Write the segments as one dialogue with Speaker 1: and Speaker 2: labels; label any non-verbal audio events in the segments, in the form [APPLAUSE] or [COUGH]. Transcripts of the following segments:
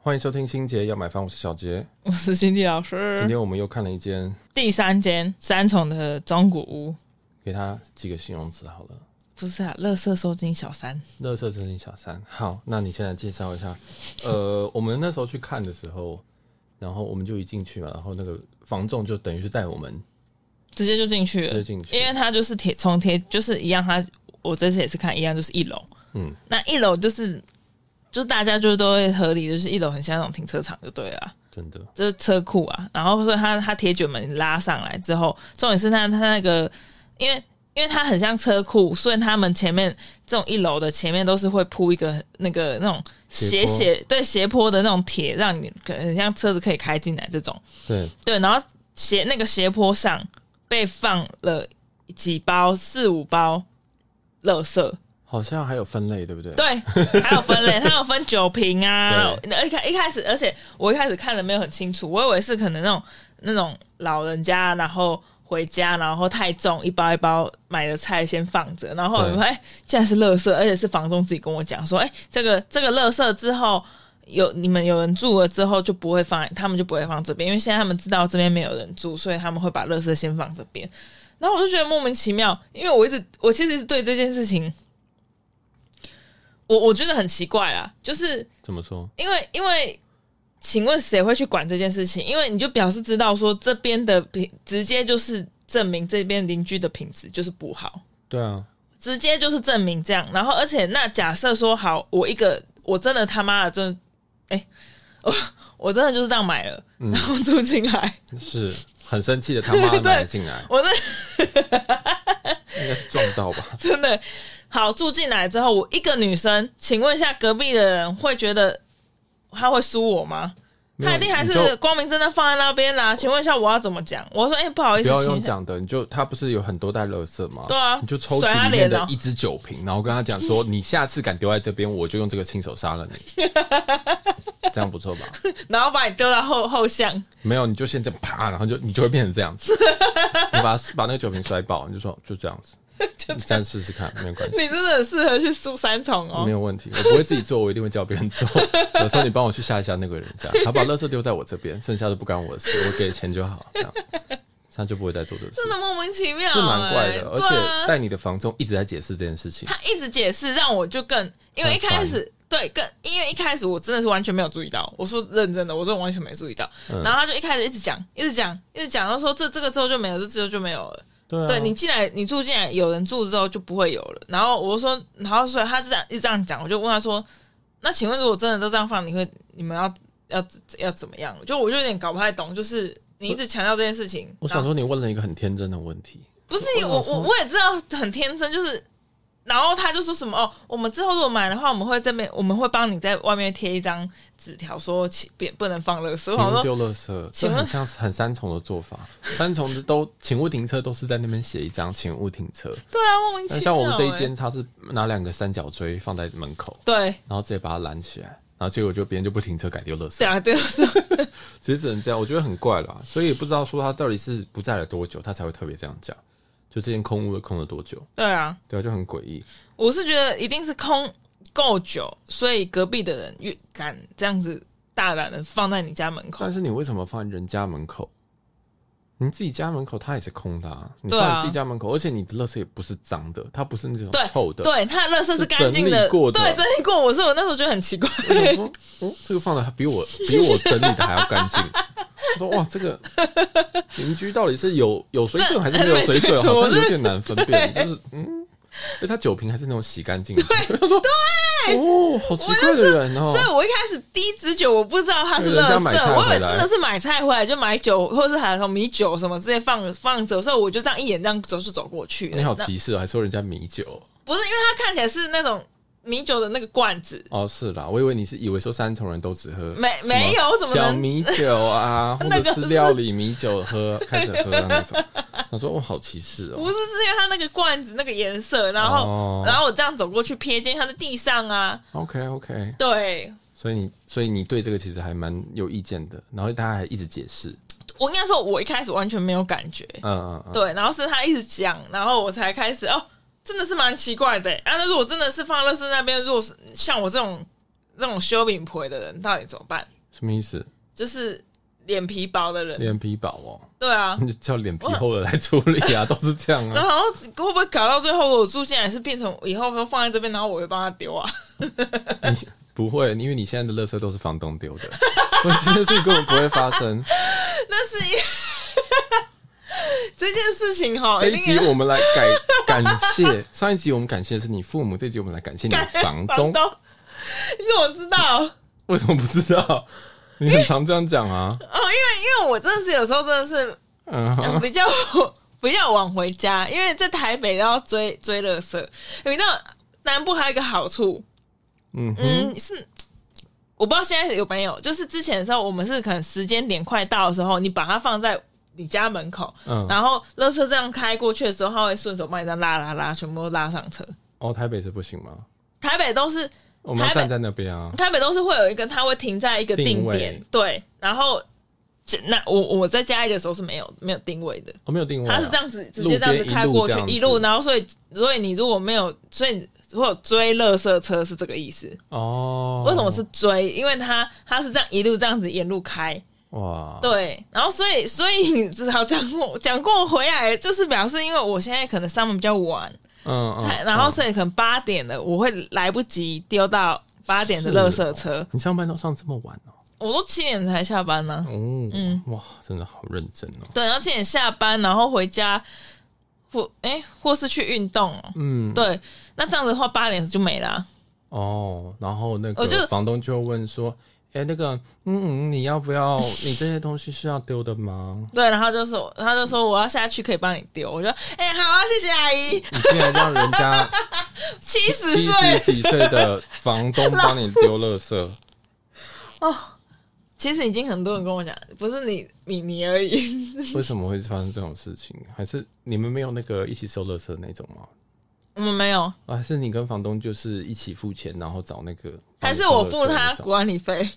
Speaker 1: 欢迎收听新杰要买房，我是小杰。
Speaker 2: 我是辛迪老
Speaker 1: 今
Speaker 2: 师。
Speaker 1: 天我们又看了一间，
Speaker 2: 第三间三重的中古屋，
Speaker 1: 给它几个形容词好了，
Speaker 2: 不是啊，乐色收金小三，
Speaker 1: 乐色真心小三。好，那你现在介绍一下，呃， [LAUGHS] 我们那时候去看的时候，然后我们就一进去嘛，然后那个房仲就等于是带我们
Speaker 2: 直接就进去
Speaker 1: 直接
Speaker 2: 了。
Speaker 1: 进去
Speaker 2: 因，为它就是铁重贴，就是一样它。我这次也是看一样，就是一楼。
Speaker 1: 嗯，
Speaker 2: 那一楼就是，就是大家就都会合理，就是一楼很像那种停车场就对了啊、
Speaker 1: 真的，
Speaker 2: 就是车库啊，然后所以它它铁卷门拉上来之后，重点是它它那个，因为因为它很像车库，所以他们前面这种一楼的前面都是会铺一个那个那种
Speaker 1: 斜
Speaker 2: 斜
Speaker 1: 坡
Speaker 2: 斜对斜坡的那种铁，让你可很像车子可以开进来这种。
Speaker 1: 对，
Speaker 2: 对，然后斜那个斜坡上被放了几包四五包垃圾，
Speaker 1: 好像还有分类，对不对？
Speaker 2: 对，还有分类，它有分酒瓶啊。一开一开始，而且我一开始看的没有很清楚，我以为是可能那种那种老人家，然后回家，然后太重，一包一包买的菜先放着，然后我
Speaker 1: 对
Speaker 2: 发现竟然是垃圾，而且是房东自己跟我讲说，哎、这个这个垃圾之后。有你们有人住了之后就不会放，他们就不会放这边，因为现在他们知道这边没有人住，所以他们会把垃圾先放这边。然后我就觉得莫名其妙，因为我一直我其实一直对这件事情，我我觉得很奇怪啊，就是
Speaker 1: 怎么说？
Speaker 2: 因为因为，请问谁会去管这件事情？因为你就表示知道说这边的品直接就是证明这边邻居的品质就是不好，
Speaker 1: 对啊，
Speaker 2: 直接就是证明这样。然后而且那假设说好，我一个我真的他妈的真，哎、 [LAUGHS] 我我真的就是这样买了，然后住进来，
Speaker 1: 是很生气的，他妈
Speaker 2: [LAUGHS] 对
Speaker 1: 买了进来，
Speaker 2: 我真的
Speaker 1: 应该是撞到吧？
Speaker 2: 真的好住进来之后，我一个女生，请问一下隔壁的人会觉得他会输我吗？
Speaker 1: 没有
Speaker 2: 他一定还
Speaker 1: 你就是
Speaker 2: 光明正大放在那边啦、啊请问一下我要怎么讲？我说哎、不好意
Speaker 1: 不
Speaker 2: 思，
Speaker 1: 要
Speaker 2: 请问
Speaker 1: 用
Speaker 2: 一下
Speaker 1: 讲的，你就他不是有很多袋垃圾吗？
Speaker 2: 对啊
Speaker 1: 你就抽起
Speaker 2: 甩他
Speaker 1: 里面
Speaker 2: 脸
Speaker 1: 的
Speaker 2: 哦
Speaker 1: 一支酒瓶，然后跟他讲说，你下次敢丢在这边，我就用这个亲手杀了你。这样不错吧？
Speaker 2: 然后把你丢到后后巷，
Speaker 1: 没有，你就现在啪，然后就你就会变成这样子，你把把那个酒瓶摔爆，你就说就这样
Speaker 2: [LAUGHS]
Speaker 1: 子，你这样试试看，没有关系。
Speaker 2: 你真的很适合去苏三重哦
Speaker 1: 没。有问题，我不会自己做，我一定会叫别人做。有时候你帮我去吓一吓那个人，这样他把垃圾丢在我这边，剩下的不干我的事，我给钱就好，这样子他就不会再做这个事
Speaker 2: 真。的莫名其妙、
Speaker 1: 是蛮怪的，
Speaker 2: 哎
Speaker 1: 而
Speaker 2: 对啊
Speaker 1: 且带你的房仲一直在解释这件事情。
Speaker 2: 他一直解释，让我就更因为一开始对更因为一开始我真的是完全没有注意到，我说认真的，我真的完全没注意到。
Speaker 1: 嗯
Speaker 2: 然后他就一开始一直讲，一直讲，一直讲，他说这这个之后就没有，这之后就没有了。
Speaker 1: 对啊，
Speaker 2: 对你进来，你住进来，有人住之后就不会有了。然后我就说，然后所以他就这样一直这样讲，我就问他说：“那请问如果真的都这样放，你会你们要要要怎么样？”就我就有点搞不太懂，就是你一直强调这件事情。
Speaker 1: 我
Speaker 2: 然
Speaker 1: 想
Speaker 2: 后
Speaker 1: 说你问了一个很天真的问题，
Speaker 2: 不是我我我也知道很天真，就是然后他就说什么哦，我们之后如果买的话，我们会这边我们会帮你在外面贴一张纸条说请别不能放垃圾。
Speaker 1: 请
Speaker 2: 我想
Speaker 1: 勿
Speaker 2: 说
Speaker 1: 丢垃圾，这
Speaker 2: 请问
Speaker 1: 很像很三重的做法。三重的都请勿停车，都是在那边写一张请勿停车。
Speaker 2: 对啊，莫名其
Speaker 1: 但
Speaker 2: 妙、欸。
Speaker 1: 像我们这一间，它是拿两个三角锥放在门口，
Speaker 2: 对
Speaker 1: 然后直接把它拦起来，然后结果就别人就不停车改丢垃圾
Speaker 2: 对，啊对啊是啊
Speaker 1: 其实只能这样，我觉得很怪啦。所以也不知道说他到底是不在了多久，他才会特别这样讲。就这间空屋空了多久？
Speaker 2: [LAUGHS] 对啊。
Speaker 1: 对啊，就很诡异。
Speaker 2: 我是觉得一定是空够久，所以隔壁的人越敢这样子大胆的放在你家门口
Speaker 1: 但。是你为什么放在人家门口？你自己家门口它也是空的、啊，你
Speaker 2: 对啊
Speaker 1: 放你自己家门口，而且你的垃圾也不是脏的，它不是那种
Speaker 2: 对，
Speaker 1: 臭的。
Speaker 2: 对，他的垃圾
Speaker 1: 是
Speaker 2: 是干净
Speaker 1: 整理
Speaker 2: 的，
Speaker 1: 过的
Speaker 2: 对，整理过。我说我那时候觉得很奇怪，
Speaker 1: 我想说，哦，这个放的比我比我整理的还要干净。我说哇，这个邻居到底是有有水准还是没有水准，好像有点难分辨。就是嗯，哎，他酒瓶还是那种洗干净的。他说对，哦，好奇怪的人哦
Speaker 2: 所。以我一开始第一直觉我不知道它是
Speaker 1: 人
Speaker 2: 垃
Speaker 1: 家
Speaker 2: 圾
Speaker 1: 买菜，
Speaker 2: 我以
Speaker 1: 回
Speaker 2: 为
Speaker 1: 来
Speaker 2: 真的是买菜回来就买酒，或者是还有什么米酒什么之类放放着，所以我就这样一眼这样走就走过去了。
Speaker 1: 你好
Speaker 2: 那
Speaker 1: 歧视哦，还说人家米酒
Speaker 2: 不是因为它看起来是那种米酒的那个罐子，
Speaker 1: 哦，是啦，我以为你是以为说三重人都只喝
Speaker 2: 没
Speaker 1: 什么
Speaker 2: 没有怎么能
Speaker 1: 小米酒
Speaker 2: [LAUGHS]
Speaker 1: 啊，或者是料理米酒喝开始喝的啊那种，想说哇，好歧视
Speaker 2: 不
Speaker 1: 哦，
Speaker 2: 是是因为它那个罐子那个颜色，然后、
Speaker 1: 哦
Speaker 2: 然后我这样走过去瞥见它在地上啊，
Speaker 1: OK OK，
Speaker 2: 对
Speaker 1: 所以你，所以你对这个其实还蛮有意见的，然后他还一直解释，
Speaker 2: 我应该说，我一开始完全没有感觉，
Speaker 1: 嗯嗯嗯，
Speaker 2: 对，然后是他一直讲，然后我才开始哦，真的是蛮奇怪的欸啊。那如果真的是放在乐视那边，如果是像我这种这种修饼婆的人，到底怎么办？
Speaker 1: 什么意思？
Speaker 2: 就是脸皮薄的人，
Speaker 1: 脸皮薄哦， [LAUGHS]
Speaker 2: 对啊
Speaker 1: 那。就叫脸皮厚的来处理
Speaker 2: [LAUGHS]
Speaker 1: 啊，都是这样
Speaker 2: 然
Speaker 1: 啊。
Speaker 2: 后会不会搞到最后，我住进来是变成以后都放在这边，然后我会帮他丢啊？ [LAUGHS]
Speaker 1: 你不会，因为你现在的垃圾都是房东丢的，所以这件事情根本不会发生。
Speaker 2: 那是因 [LAUGHS] 这件事情哈，
Speaker 1: 这
Speaker 2: 啊一
Speaker 1: 一
Speaker 2: 定
Speaker 1: 集
Speaker 2: 要
Speaker 1: 我们来感感谢，上一集我们感谢的是你父母，这一集我们来感谢你的房
Speaker 2: [LAUGHS]
Speaker 1: 东。
Speaker 2: 你怎么知道？哦，
Speaker 1: 为什么不知道？你很常这样讲啊。
Speaker 2: [LAUGHS] 因为因为我真的是有时候真的是
Speaker 1: 嗯，
Speaker 2: 呃 [LAUGHS] 比较比较晚回家，因为在台北要追追垃圾。你知道南部还有一个好处，
Speaker 1: 嗯哼，
Speaker 2: 嗯，是我不知道现在有没有，就是之前的时候，我们是可能时间点快到的时候，你把它放在你家门口，
Speaker 1: 嗯
Speaker 2: 然后垃圾这样开过去的时候，它会顺手帮你这样拉拉拉，全部都拉上车。
Speaker 1: 哦，台北是不行吗？
Speaker 2: 台北都是
Speaker 1: 我们
Speaker 2: 台
Speaker 1: 要
Speaker 2: 北
Speaker 1: 站在那边啊。
Speaker 2: 台北都是会有一个，它会停在一个定
Speaker 1: 定
Speaker 2: 点
Speaker 1: 位，
Speaker 2: 对，然后这那我我在嘉义的时候是没有没有定位的，
Speaker 1: 我没有定位啊。
Speaker 2: 它是这样子直接这样子开过去
Speaker 1: 路边
Speaker 2: 一
Speaker 1: 一路这样子
Speaker 2: 路，然后所以所以你如果没有，所以如果追垃圾车是这个意思。
Speaker 1: 哦。
Speaker 2: 为什么是追？因为它它是这样一路这样子沿路开，
Speaker 1: 哇？
Speaker 2: 对，然后所以所以你至少讲过讲过回来，就是表示因为我现在可能上班比较晚，
Speaker 1: 嗯
Speaker 2: 太
Speaker 1: 嗯。
Speaker 2: 然后
Speaker 1: 嗯
Speaker 2: 所以可能八点了，我会来不及丢到八点的垃圾车，
Speaker 1: 你上班都上这么晚哦？
Speaker 2: 我都七点才下班呢、
Speaker 1: 哦，嗯，哇，真的好认真哦。
Speaker 2: 对，然后七点下班，然后回家或哎、或是去运动哦。
Speaker 1: 嗯，
Speaker 2: 对，那这样子的话八点就没啦、
Speaker 1: 哦，然后那
Speaker 2: 我就
Speaker 1: 个房东就问说：“哎、那个，嗯嗯，你要不要？你这些东西是要丢的吗？
Speaker 2: 对，然后就说他就说我要下去可以帮你丢，我就哎、好啊，谢谢阿姨，
Speaker 1: 你竟然让人
Speaker 2: [LAUGHS]
Speaker 1: 家
Speaker 2: 七十
Speaker 1: 七
Speaker 2: 岁。
Speaker 1: 十几岁的房
Speaker 2: [LAUGHS]
Speaker 1: 东帮你丢垃圾，
Speaker 2: 其实已经很多人跟我讲，不是你你你而已，
Speaker 1: 为什么会发生这种事情？还是你们没有那个一起收垃圾的那种吗？
Speaker 2: 我们没有，
Speaker 1: 还是你跟房东就是一起付钱，然后找那个帮
Speaker 2: 还
Speaker 1: 你
Speaker 2: 是
Speaker 1: 收垃圾
Speaker 2: 我
Speaker 1: 的那种？
Speaker 2: 付他管理费，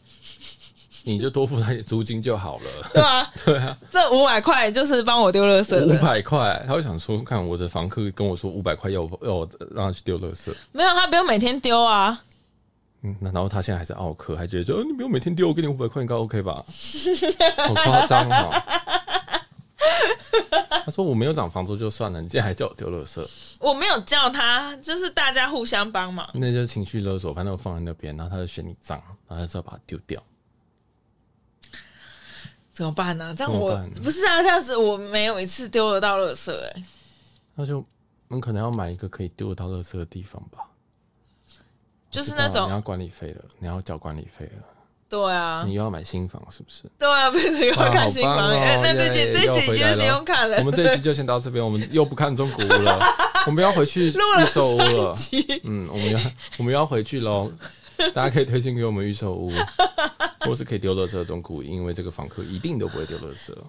Speaker 1: 你就多付他一点租金就好了。
Speaker 2: 对吧、对啊，这五百块就是帮我丢垃圾
Speaker 1: 五
Speaker 2: 的，
Speaker 1: 百块，他会想说，看我的房客跟我说五百块要我要我让他去丢垃圾。”
Speaker 2: 没有他不用每天丢啊，
Speaker 1: 嗯，那然后他现在还是奥克，还觉得说、呃你不用每天丢，我给你五百块，应该 OK 吧？ [LAUGHS] 好夸张哦！ [LAUGHS] 他说我没有涨房租就算了，你竟然还叫我丢垃圾，
Speaker 2: 我没有叫他，就是大家互相帮忙。
Speaker 1: 那就是情绪勒索，反正我放在那边，然后他就嫌你脏，然后他就要把它丢掉。
Speaker 2: 怎么办呢、这样
Speaker 1: 怎么
Speaker 2: 我
Speaker 1: 办呢
Speaker 2: 不是啊，这样子我没有一次丢得到垃圾、欸，
Speaker 1: 那就你嗯可能要买一个可以丢得到垃圾的地方吧？
Speaker 2: 就是那
Speaker 1: 你
Speaker 2: 种
Speaker 1: 要管理费了，你要缴管理费了，
Speaker 2: 对啊，
Speaker 1: 你又要买新房是不是？
Speaker 2: 对啊，不是又
Speaker 1: 哇
Speaker 2: 要看新
Speaker 1: 好棒
Speaker 2: 房，
Speaker 1: 哦
Speaker 2: 哎、那这集
Speaker 1: 耶
Speaker 2: 这集
Speaker 1: 又回
Speaker 2: 就
Speaker 1: 来了
Speaker 2: 是不用看了
Speaker 1: 我，们这一期就先到这边，我们又不看中古屋
Speaker 2: [LAUGHS]
Speaker 1: 了，我们要回去
Speaker 2: 录了
Speaker 1: 预售屋了
Speaker 2: 三。集，
Speaker 1: 嗯，我
Speaker 2: [LAUGHS]
Speaker 1: 们要我们要回去喽，大家可以推荐给我们预售屋， [LAUGHS] 或是可以丢垃圾的中古，因为这个房客一定都不会丢垃圾，
Speaker 2: 啊，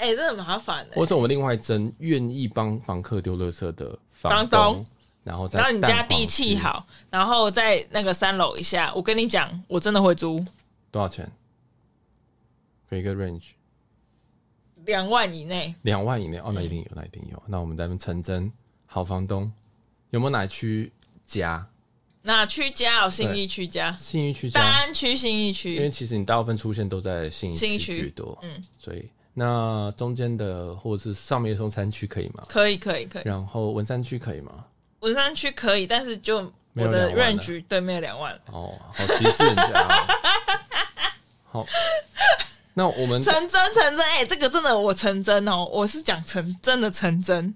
Speaker 2: 哎、真的很麻烦、欸，
Speaker 1: 或是我们另外征愿意帮房客丢垃圾的房
Speaker 2: 房
Speaker 1: 东
Speaker 2: 东，
Speaker 1: 然后再
Speaker 2: 然后你家
Speaker 1: 蛋黄
Speaker 2: 地
Speaker 1: 区
Speaker 2: 契好，然后在那个三楼以下，我跟你讲，我真的会租
Speaker 1: 多少钱？给一个 range
Speaker 2: 两万以内，
Speaker 1: 两万以内哦，
Speaker 2: 嗯
Speaker 1: 那一定有，那一定有。那我们在那边成真好房东，有没有哪区家？
Speaker 2: 那区家哦，信义区家，
Speaker 1: 信义区
Speaker 2: 大
Speaker 1: 家，
Speaker 2: 安区信义
Speaker 1: 因为
Speaker 2: 区，
Speaker 1: 其实你大部分出现都在信义
Speaker 2: 信义
Speaker 1: 区
Speaker 2: 区
Speaker 1: 居多，
Speaker 2: 嗯，
Speaker 1: 所以那中间的或者是上面的松山区可以吗？
Speaker 2: 可以可以可以，
Speaker 1: 然后文山区可以吗？
Speaker 2: 文山区可以，但是就
Speaker 1: 没
Speaker 2: 我
Speaker 1: 有
Speaker 2: 的
Speaker 1: 两万了
Speaker 2: range 对面有两万，
Speaker 1: 哦，
Speaker 2: [LAUGHS]
Speaker 1: 好歧视人家、哦。好，那我们
Speaker 2: 成真成真，哎、这个真的我成真哦，我是讲成真的成真，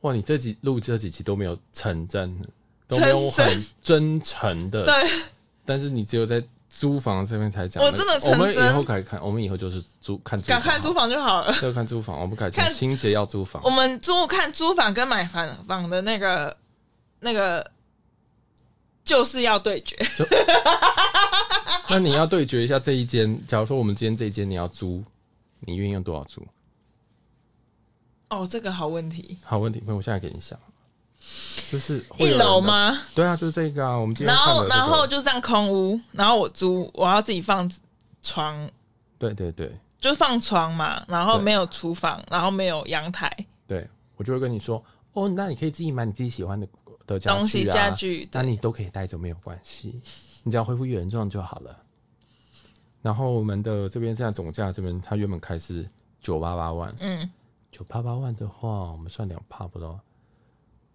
Speaker 1: 哇，你这几录这几期都没有成真，都没有
Speaker 2: 成
Speaker 1: 很
Speaker 2: 真
Speaker 1: 真诚的，
Speaker 2: 对。
Speaker 1: 但是你只有在租房这边才讲。
Speaker 2: 我真的
Speaker 1: 我们
Speaker 2: 成真
Speaker 1: 以后改看，我们以后就是租看租哦
Speaker 2: 敢
Speaker 1: 房，
Speaker 2: 看租房就好了。
Speaker 1: 就看租房，我们改成
Speaker 2: 看
Speaker 1: 新杰要租房
Speaker 2: 我。们租看租房跟买房房的那个那个，就是要对决。 [LAUGHS]
Speaker 1: [LAUGHS] 那你要对决一下这一间，假如说我们今天这一间你要租，你愿意用多少租？
Speaker 2: 哦，这个好问题。
Speaker 1: 好问题，朋友，我现在给你想，就是会
Speaker 2: 一
Speaker 1: 有人
Speaker 2: 楼
Speaker 1: 的？
Speaker 2: 吗？
Speaker 1: 对啊，就是这个啊，我们今天
Speaker 2: 然
Speaker 1: 看了
Speaker 2: 后
Speaker 1: 这个
Speaker 2: 然后就这样空屋，然后我租，我要自己放床，
Speaker 1: 对对对
Speaker 2: 就放床嘛，然后
Speaker 1: 对
Speaker 2: 没有厨房，然后没有阳台，
Speaker 1: 对，我就会跟你说，哦，那你可以自己买你自己喜欢的的家具、啊、
Speaker 2: 东西家具
Speaker 1: 那你都可以带走，没有关系，你只要恢复原状就好了。然后我们的这边现在总价这边，它原本开是九八八万，
Speaker 2: 嗯，
Speaker 1: 九八八万的话，我们算两帕不到。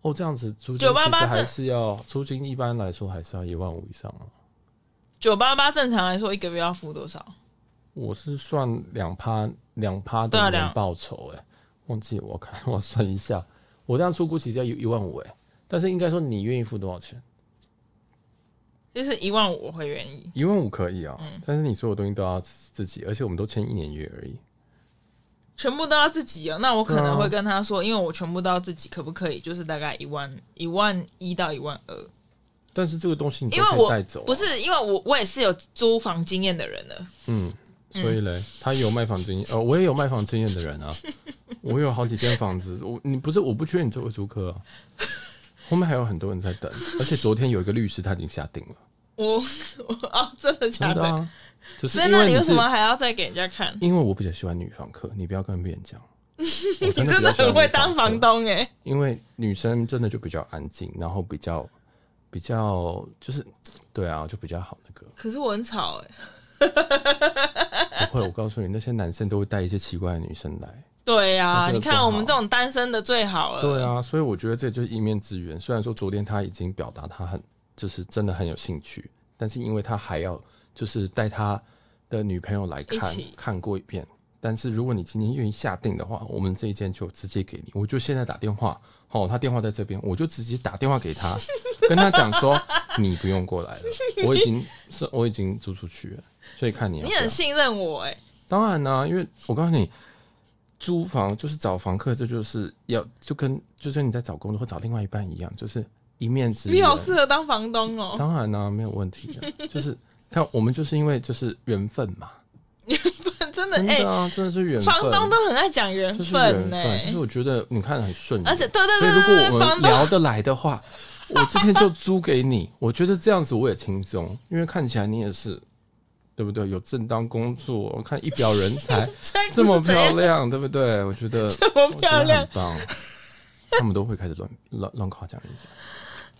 Speaker 1: 哦，这样子租金
Speaker 2: 988
Speaker 1: 其实还
Speaker 2: 这
Speaker 1: 是要租金，一般来说还是要一万五以上啊。
Speaker 2: 九八八正常来说一个月要付多少？
Speaker 1: 我是算两趴两趴
Speaker 2: 对啊
Speaker 1: 的
Speaker 2: 两
Speaker 1: 年报酬、欸，哎、忘记我看我算一下，我这样出估计要一一万五，哎，但是应该说你愿意付多少钱？
Speaker 2: 就是一万五我会愿意。
Speaker 1: 一万五可以啊，
Speaker 2: 嗯
Speaker 1: 但是你所有东西都要自己，而且我们都签一年约而已。
Speaker 2: 全部都要自己哦，那我可
Speaker 1: 对
Speaker 2: 能
Speaker 1: 啊
Speaker 2: 会跟他说，因为我全部都要自己，可不可以？就是大概一万一万一到一万二，
Speaker 1: 但是这个东西你都
Speaker 2: 因为
Speaker 1: 可以
Speaker 2: 我
Speaker 1: 带走啊、
Speaker 2: 不是因为我我也是有租房经验的人了，
Speaker 1: 嗯，所以嘞，他有卖房经验，呃，我也有卖房经验的人
Speaker 2: [LAUGHS]
Speaker 1: 啊，我有好几间房子，我你不是我不缺你这位租客啊，后面还有很多人在等，而且昨天有一个律师他已经下定了，
Speaker 2: 我 [LAUGHS] 我哦，真的假
Speaker 1: 真
Speaker 2: 的？
Speaker 1: 的啊，只是
Speaker 2: 所以
Speaker 1: 因
Speaker 2: 那
Speaker 1: 为
Speaker 2: 你
Speaker 1: 你
Speaker 2: 为
Speaker 1: 是
Speaker 2: 什么还要再给人
Speaker 1: [LAUGHS]
Speaker 2: 家看？
Speaker 1: 因为我比较喜欢女房客，你不要跟别人
Speaker 2: [LAUGHS]
Speaker 1: 讲，你
Speaker 2: 你真的很会当房，东哎、
Speaker 1: 因为女生真的就比较安静，然后比较比较就是对啊，就比较好那个。
Speaker 2: 可是我很吵哎、
Speaker 1: 不会，我告诉你，那些男生都会带一些奇怪的女生来。
Speaker 2: 对呀、
Speaker 1: 那这
Speaker 2: 你
Speaker 1: 个
Speaker 2: 看
Speaker 1: 不好
Speaker 2: 我们这种单身的最好了。
Speaker 1: 对啊，所以我觉得这就是一面之缘。虽然说昨天他已经表达他很就是真的很有兴趣，但是因为他还要就是带他的女朋友来看
Speaker 2: 一起
Speaker 1: 看过一遍。但是如果你今天愿意下定的话，我们这一间就直接给你。我就现在打电话，哦，他电话在这边，我就直接打电话给
Speaker 2: [LAUGHS]
Speaker 1: 他，跟他讲说你不用过来了，我已经是我已经租出去了，所以看你要不
Speaker 2: 你
Speaker 1: 要。
Speaker 2: 很信任我哎、
Speaker 1: 当然啦、因为我告诉你，租房就是找房客，这就是要就跟就跟你在找工作或找另外一半一样，就是一面之缘。
Speaker 2: 你好适合当房东哦、 [LAUGHS]
Speaker 1: 当然啦、啊没有问题的，就是看我们就是因为就是缘分嘛，
Speaker 2: 真的
Speaker 1: 真
Speaker 2: 哎、
Speaker 1: 的啊，真的是缘分。
Speaker 2: 房东都很爱讲缘
Speaker 1: 就是缘
Speaker 2: 分呢、
Speaker 1: 分，就是我觉得你看得很顺眼，
Speaker 2: 而且对
Speaker 1: 所
Speaker 2: 对对
Speaker 1: 以
Speaker 2: 对对，
Speaker 1: 如果我
Speaker 2: 房
Speaker 1: 们
Speaker 2: 东 [LAUGHS]
Speaker 1: 聊得来的话，我之前就租给你， [LAUGHS] 我觉得这样子我也轻松，因为看起来你也是，对不对？有正当工作，我看一表人才。这么漂亮，对不对？我觉得
Speaker 2: [LAUGHS] 这么漂亮
Speaker 1: 我觉得很棒。他们都会开始乱乱乱夸奖人家。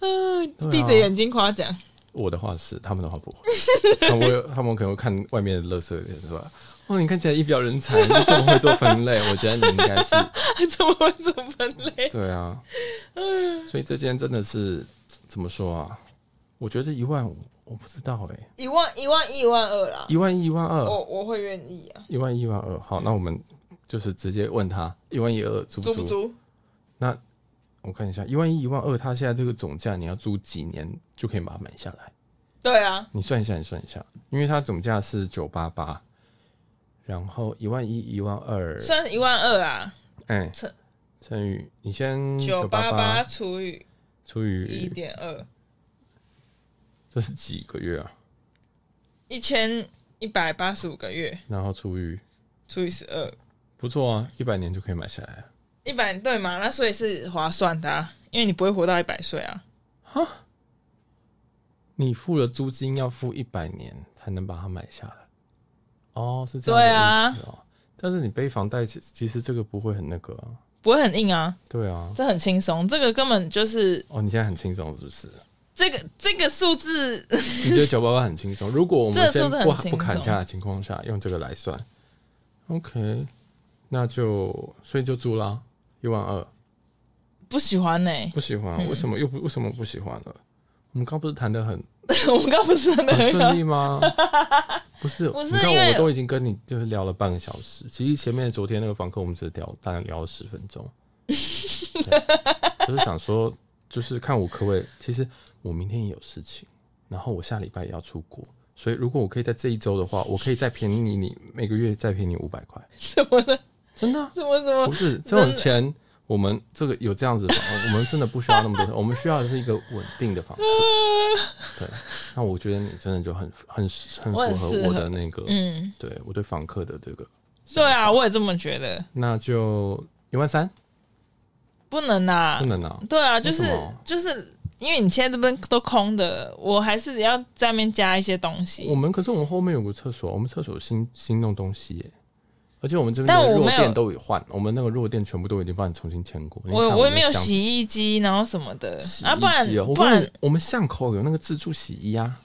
Speaker 2: 嗯
Speaker 1: 对，啊
Speaker 2: 闭着眼睛夸奖， [LAUGHS] 我
Speaker 1: 我的话是，他们的话不
Speaker 2: [LAUGHS]
Speaker 1: 会。他们会，他们可能会看外面的垃圾，也是说：“哦，你看起来一表人才，你怎么会做分
Speaker 2: [LAUGHS]
Speaker 1: 类？”我觉得你应该是
Speaker 2: 怎么会这么分类？
Speaker 1: 对啊。
Speaker 2: [LAUGHS]
Speaker 1: 所以这间真的是怎么说啊？我觉得一万五，我不知道哎、
Speaker 2: 一万一万一万二啦，
Speaker 1: 一万一、一万二、
Speaker 2: 我我会愿意啊，
Speaker 1: 一万一、一万二。好，那我们就是直接问他一万一二租
Speaker 2: 租
Speaker 1: 不
Speaker 2: 不
Speaker 1: 租？
Speaker 2: 租？
Speaker 1: 那我看一下，一万一、一万二，它现在这个总价，你要租几年就可以把它买下来？
Speaker 2: 对啊，
Speaker 1: 你算一下，你算一下，因为它总价是九八八，然后一万一、一万二，
Speaker 2: 算一万二啊，
Speaker 1: 哎，
Speaker 2: 乘
Speaker 1: 乘以你先
Speaker 2: 九八
Speaker 1: 嗯八
Speaker 2: 八除以
Speaker 1: 除
Speaker 2: 一
Speaker 1: 以
Speaker 2: 点二，
Speaker 1: 这是几个月啊？
Speaker 2: 一千一百八十五个月
Speaker 1: 然后除以
Speaker 2: 除以十二，
Speaker 1: 不错啊，一百年就可以买下来啊了。
Speaker 2: 一百对嘛？那所以是划算的、啊，因为你不会活到一百岁啊。
Speaker 1: 你付了租金要付一百年才能把它买下来，哦，是这
Speaker 2: 对
Speaker 1: 样
Speaker 2: 啊
Speaker 1: 的意思哦。但是你背房贷，其其实这个不会很那个啊。
Speaker 2: 不会很硬啊，
Speaker 1: 对啊，
Speaker 2: 这很轻松，这个根本就是
Speaker 1: 哦，你现在很轻松是不是？
Speaker 2: 这个这个数字， [LAUGHS]
Speaker 1: 你觉得九八八很轻松？如果我
Speaker 2: 这个
Speaker 1: 们
Speaker 2: 数
Speaker 1: 先
Speaker 2: 字很
Speaker 1: 不
Speaker 2: 轻松
Speaker 1: 不砍价的情况下，用这个来算，OK，那就所以就租啦，一万二。
Speaker 2: 不喜欢呢、 [LAUGHS]
Speaker 1: 不喜欢，
Speaker 2: 嗯
Speaker 1: 为什么又不为什么不喜欢了？我们刚不是谈的很
Speaker 2: 我们刚不是
Speaker 1: [LAUGHS] 很
Speaker 2: 很那
Speaker 1: 啊顺
Speaker 2: 个，
Speaker 1: 利
Speaker 2: [LAUGHS]
Speaker 1: 吗？不是，
Speaker 2: 不是
Speaker 1: 你看
Speaker 2: 因为
Speaker 1: 我都已经跟你就是聊了半个小时，其实前面昨天那个房客我们只聊大概聊了十分
Speaker 2: [LAUGHS]
Speaker 1: 钟，对就是想说就是看我可不可以，其实我明天也有事情，然后我下礼拜也要出国，所以如果我可以在这一周的话，我可以再便宜你每个月再便宜你五百块，
Speaker 2: 怎么了？
Speaker 1: 真的啊、
Speaker 2: 怎么怎么
Speaker 1: 不是这种钱，我们这个有这样子的房，我们真的不需要那么多钱，我们需要的是一个稳定的房客。对，那我觉得你真的就很很很
Speaker 2: 我很
Speaker 1: 符合
Speaker 2: 适
Speaker 1: 我
Speaker 2: 合
Speaker 1: 的那个，
Speaker 2: 嗯，
Speaker 1: 对我对房客的这个，
Speaker 2: 对啊，我也这么觉得，
Speaker 1: 那就一万三
Speaker 2: 不能啊，
Speaker 1: 不能啊，
Speaker 2: 对啊，就是
Speaker 1: 为什么
Speaker 2: 就是因为你现在这边都空的，我还是要在那边加一些东
Speaker 1: 我
Speaker 2: 西。
Speaker 1: 们可是我们后面有个厕所，我们厕所有新新弄东西耶。而且我们这边
Speaker 2: 但
Speaker 1: 的
Speaker 2: 我
Speaker 1: 弱
Speaker 2: 没有
Speaker 1: 电都有换，我们那个弱电全部都已经帮你重新签过。你
Speaker 2: 我
Speaker 1: 看
Speaker 2: 我也
Speaker 1: 们
Speaker 2: 没有
Speaker 1: 巷
Speaker 2: 洗衣机，然后什么的
Speaker 1: 洗
Speaker 2: 啊，不然
Speaker 1: 衣机哦我
Speaker 2: 不
Speaker 1: 们
Speaker 2: 然，
Speaker 1: 我们巷口有那个自助洗衣啊，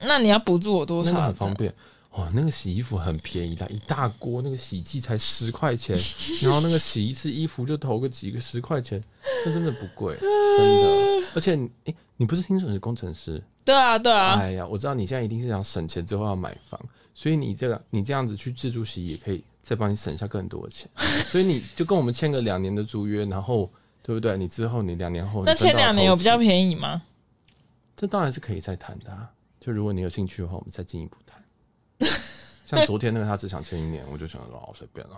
Speaker 2: 那你要补助我多
Speaker 1: 那个
Speaker 2: 少
Speaker 1: 很？方便。哦，那个洗衣服很便宜的，一大锅那个洗剂才十块
Speaker 2: [LAUGHS]
Speaker 1: 钱，然后那个洗一次衣服就投个几个十块钱，那真的不贵，真的。而且，哎、你不是听说你是工程师？
Speaker 2: 对啊，对啊，
Speaker 1: 哎呀，我知道你现在一定是想省钱之后要买房，所以你这个你这样子去自助洗也可以再帮你省下更多的钱，所以你就跟我们签个两年的租约，然后对不对？你之后你两年后你
Speaker 2: 那
Speaker 1: 分
Speaker 2: 前
Speaker 1: 到
Speaker 2: 两年有比较
Speaker 1: 头期，
Speaker 2: 便宜吗？ [LAUGHS]
Speaker 1: 这当然是可以再谈的、啊。就如果你有兴趣的话，我们再进一步谈。 [LAUGHS] 像昨天那个他只想签一年，我就想说哦随便了，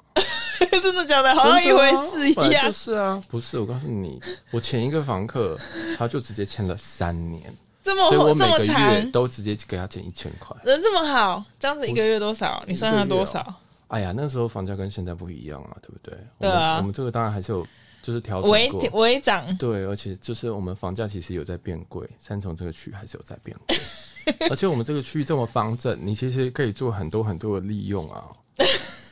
Speaker 2: 真的假的？好像一回事
Speaker 1: 真
Speaker 2: 一
Speaker 1: 的啊本来
Speaker 2: 样
Speaker 1: 就。是啊，不是我告诉你，我前一个房客他就直接签了三年，
Speaker 2: 这
Speaker 1: 所以我
Speaker 2: 么哦这
Speaker 1: 每
Speaker 2: 么
Speaker 1: 个
Speaker 2: 长，
Speaker 1: 月都直接给他减一千块。
Speaker 2: 人这么好，这样子一个月多少？你算他多
Speaker 1: 一
Speaker 2: 少？
Speaker 1: 哎呀，那时候房价跟现在不一样啊，对不对？
Speaker 2: 对
Speaker 1: 我
Speaker 2: 啊
Speaker 1: 们我们这个当然还是有，就是调整
Speaker 2: 微
Speaker 1: 过。
Speaker 2: 微涨，
Speaker 1: 对，而且就是我们房价其实有在变贵，三重这个区还是有在变贵， [LAUGHS] 而且我们这个区域这么方正，你其实可以做很多很多的利用啊，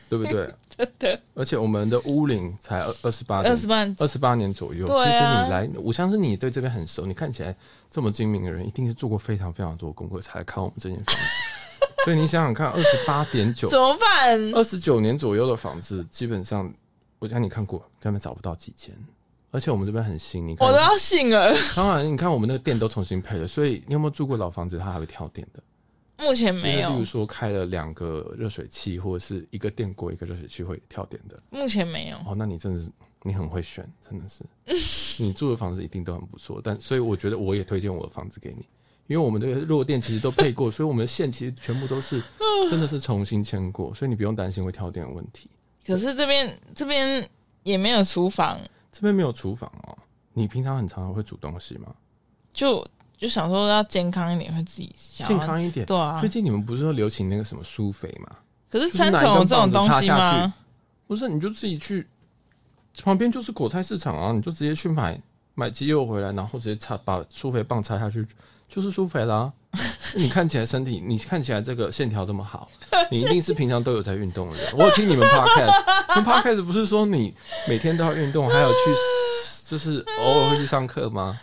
Speaker 1: 对不
Speaker 2: [LAUGHS]
Speaker 1: 对？
Speaker 2: 的
Speaker 1: 而且我们的屋龄才二二十八，
Speaker 2: 二十万。
Speaker 1: 二十八年左右，
Speaker 2: 对啊
Speaker 1: 其实你来，我相信你对这边很熟，你看起来这么精明的人，一定是做过非常非常多的功课才来看我们这间
Speaker 2: [LAUGHS]
Speaker 1: 房子。所以你想想看，二十八点哎九
Speaker 2: 怎么办？
Speaker 1: 二十九年左右的房子，基本上我让你看过，根本找不到几间。而且我们这边很新，你看
Speaker 2: 我都，要信了。
Speaker 1: 当然你看我们那个电都重新配了，所以你有没有住过老房子？它还会跳电的，
Speaker 2: 目前嗯没
Speaker 1: 就是例
Speaker 2: 有
Speaker 1: 如，说开了两个热水器，或者是一个电锅一个热水器会跳电的。
Speaker 2: 目前没有。
Speaker 1: 哦，那你真的是你很会选，真的
Speaker 2: [LAUGHS]
Speaker 1: 是，你住的房子一定都很不错。但所以我觉得我也推荐我的房子给你，因为我们这个弱电其实都配过，所以我们的线其实全部都
Speaker 2: [LAUGHS]
Speaker 1: 是真的是重新牵过，所以你不用担心会跳电的问题。
Speaker 2: 可是这边这边也没有厨房，
Speaker 1: 这边没有厨房哦。你平常很常会煮东西吗？
Speaker 2: 就就想说要健康一点，会自己想要
Speaker 1: 健康一点
Speaker 2: 对啊
Speaker 1: 最，近你们不是说流行那个什么苏肥吗？
Speaker 2: 可是
Speaker 1: 就是
Speaker 2: 三重有这种东
Speaker 1: 拿一
Speaker 2: 西
Speaker 1: 根棒子插下
Speaker 2: 吗
Speaker 1: 去？不是，你就自己去旁边就是果菜市场啊，你就直接去买买鸡肉回来，然后直接插把苏肥棒插下去， [LAUGHS] 就是苏肥
Speaker 2: [LAUGHS]
Speaker 1: 啦。你看起来身体，你看起来这个线条这么好，你一定是平常都有在运动的人。我有听你们 podcast，你们 podcast 不是说你每天都要运动，还有去 [LAUGHS] 就是偶尔会去上课吗？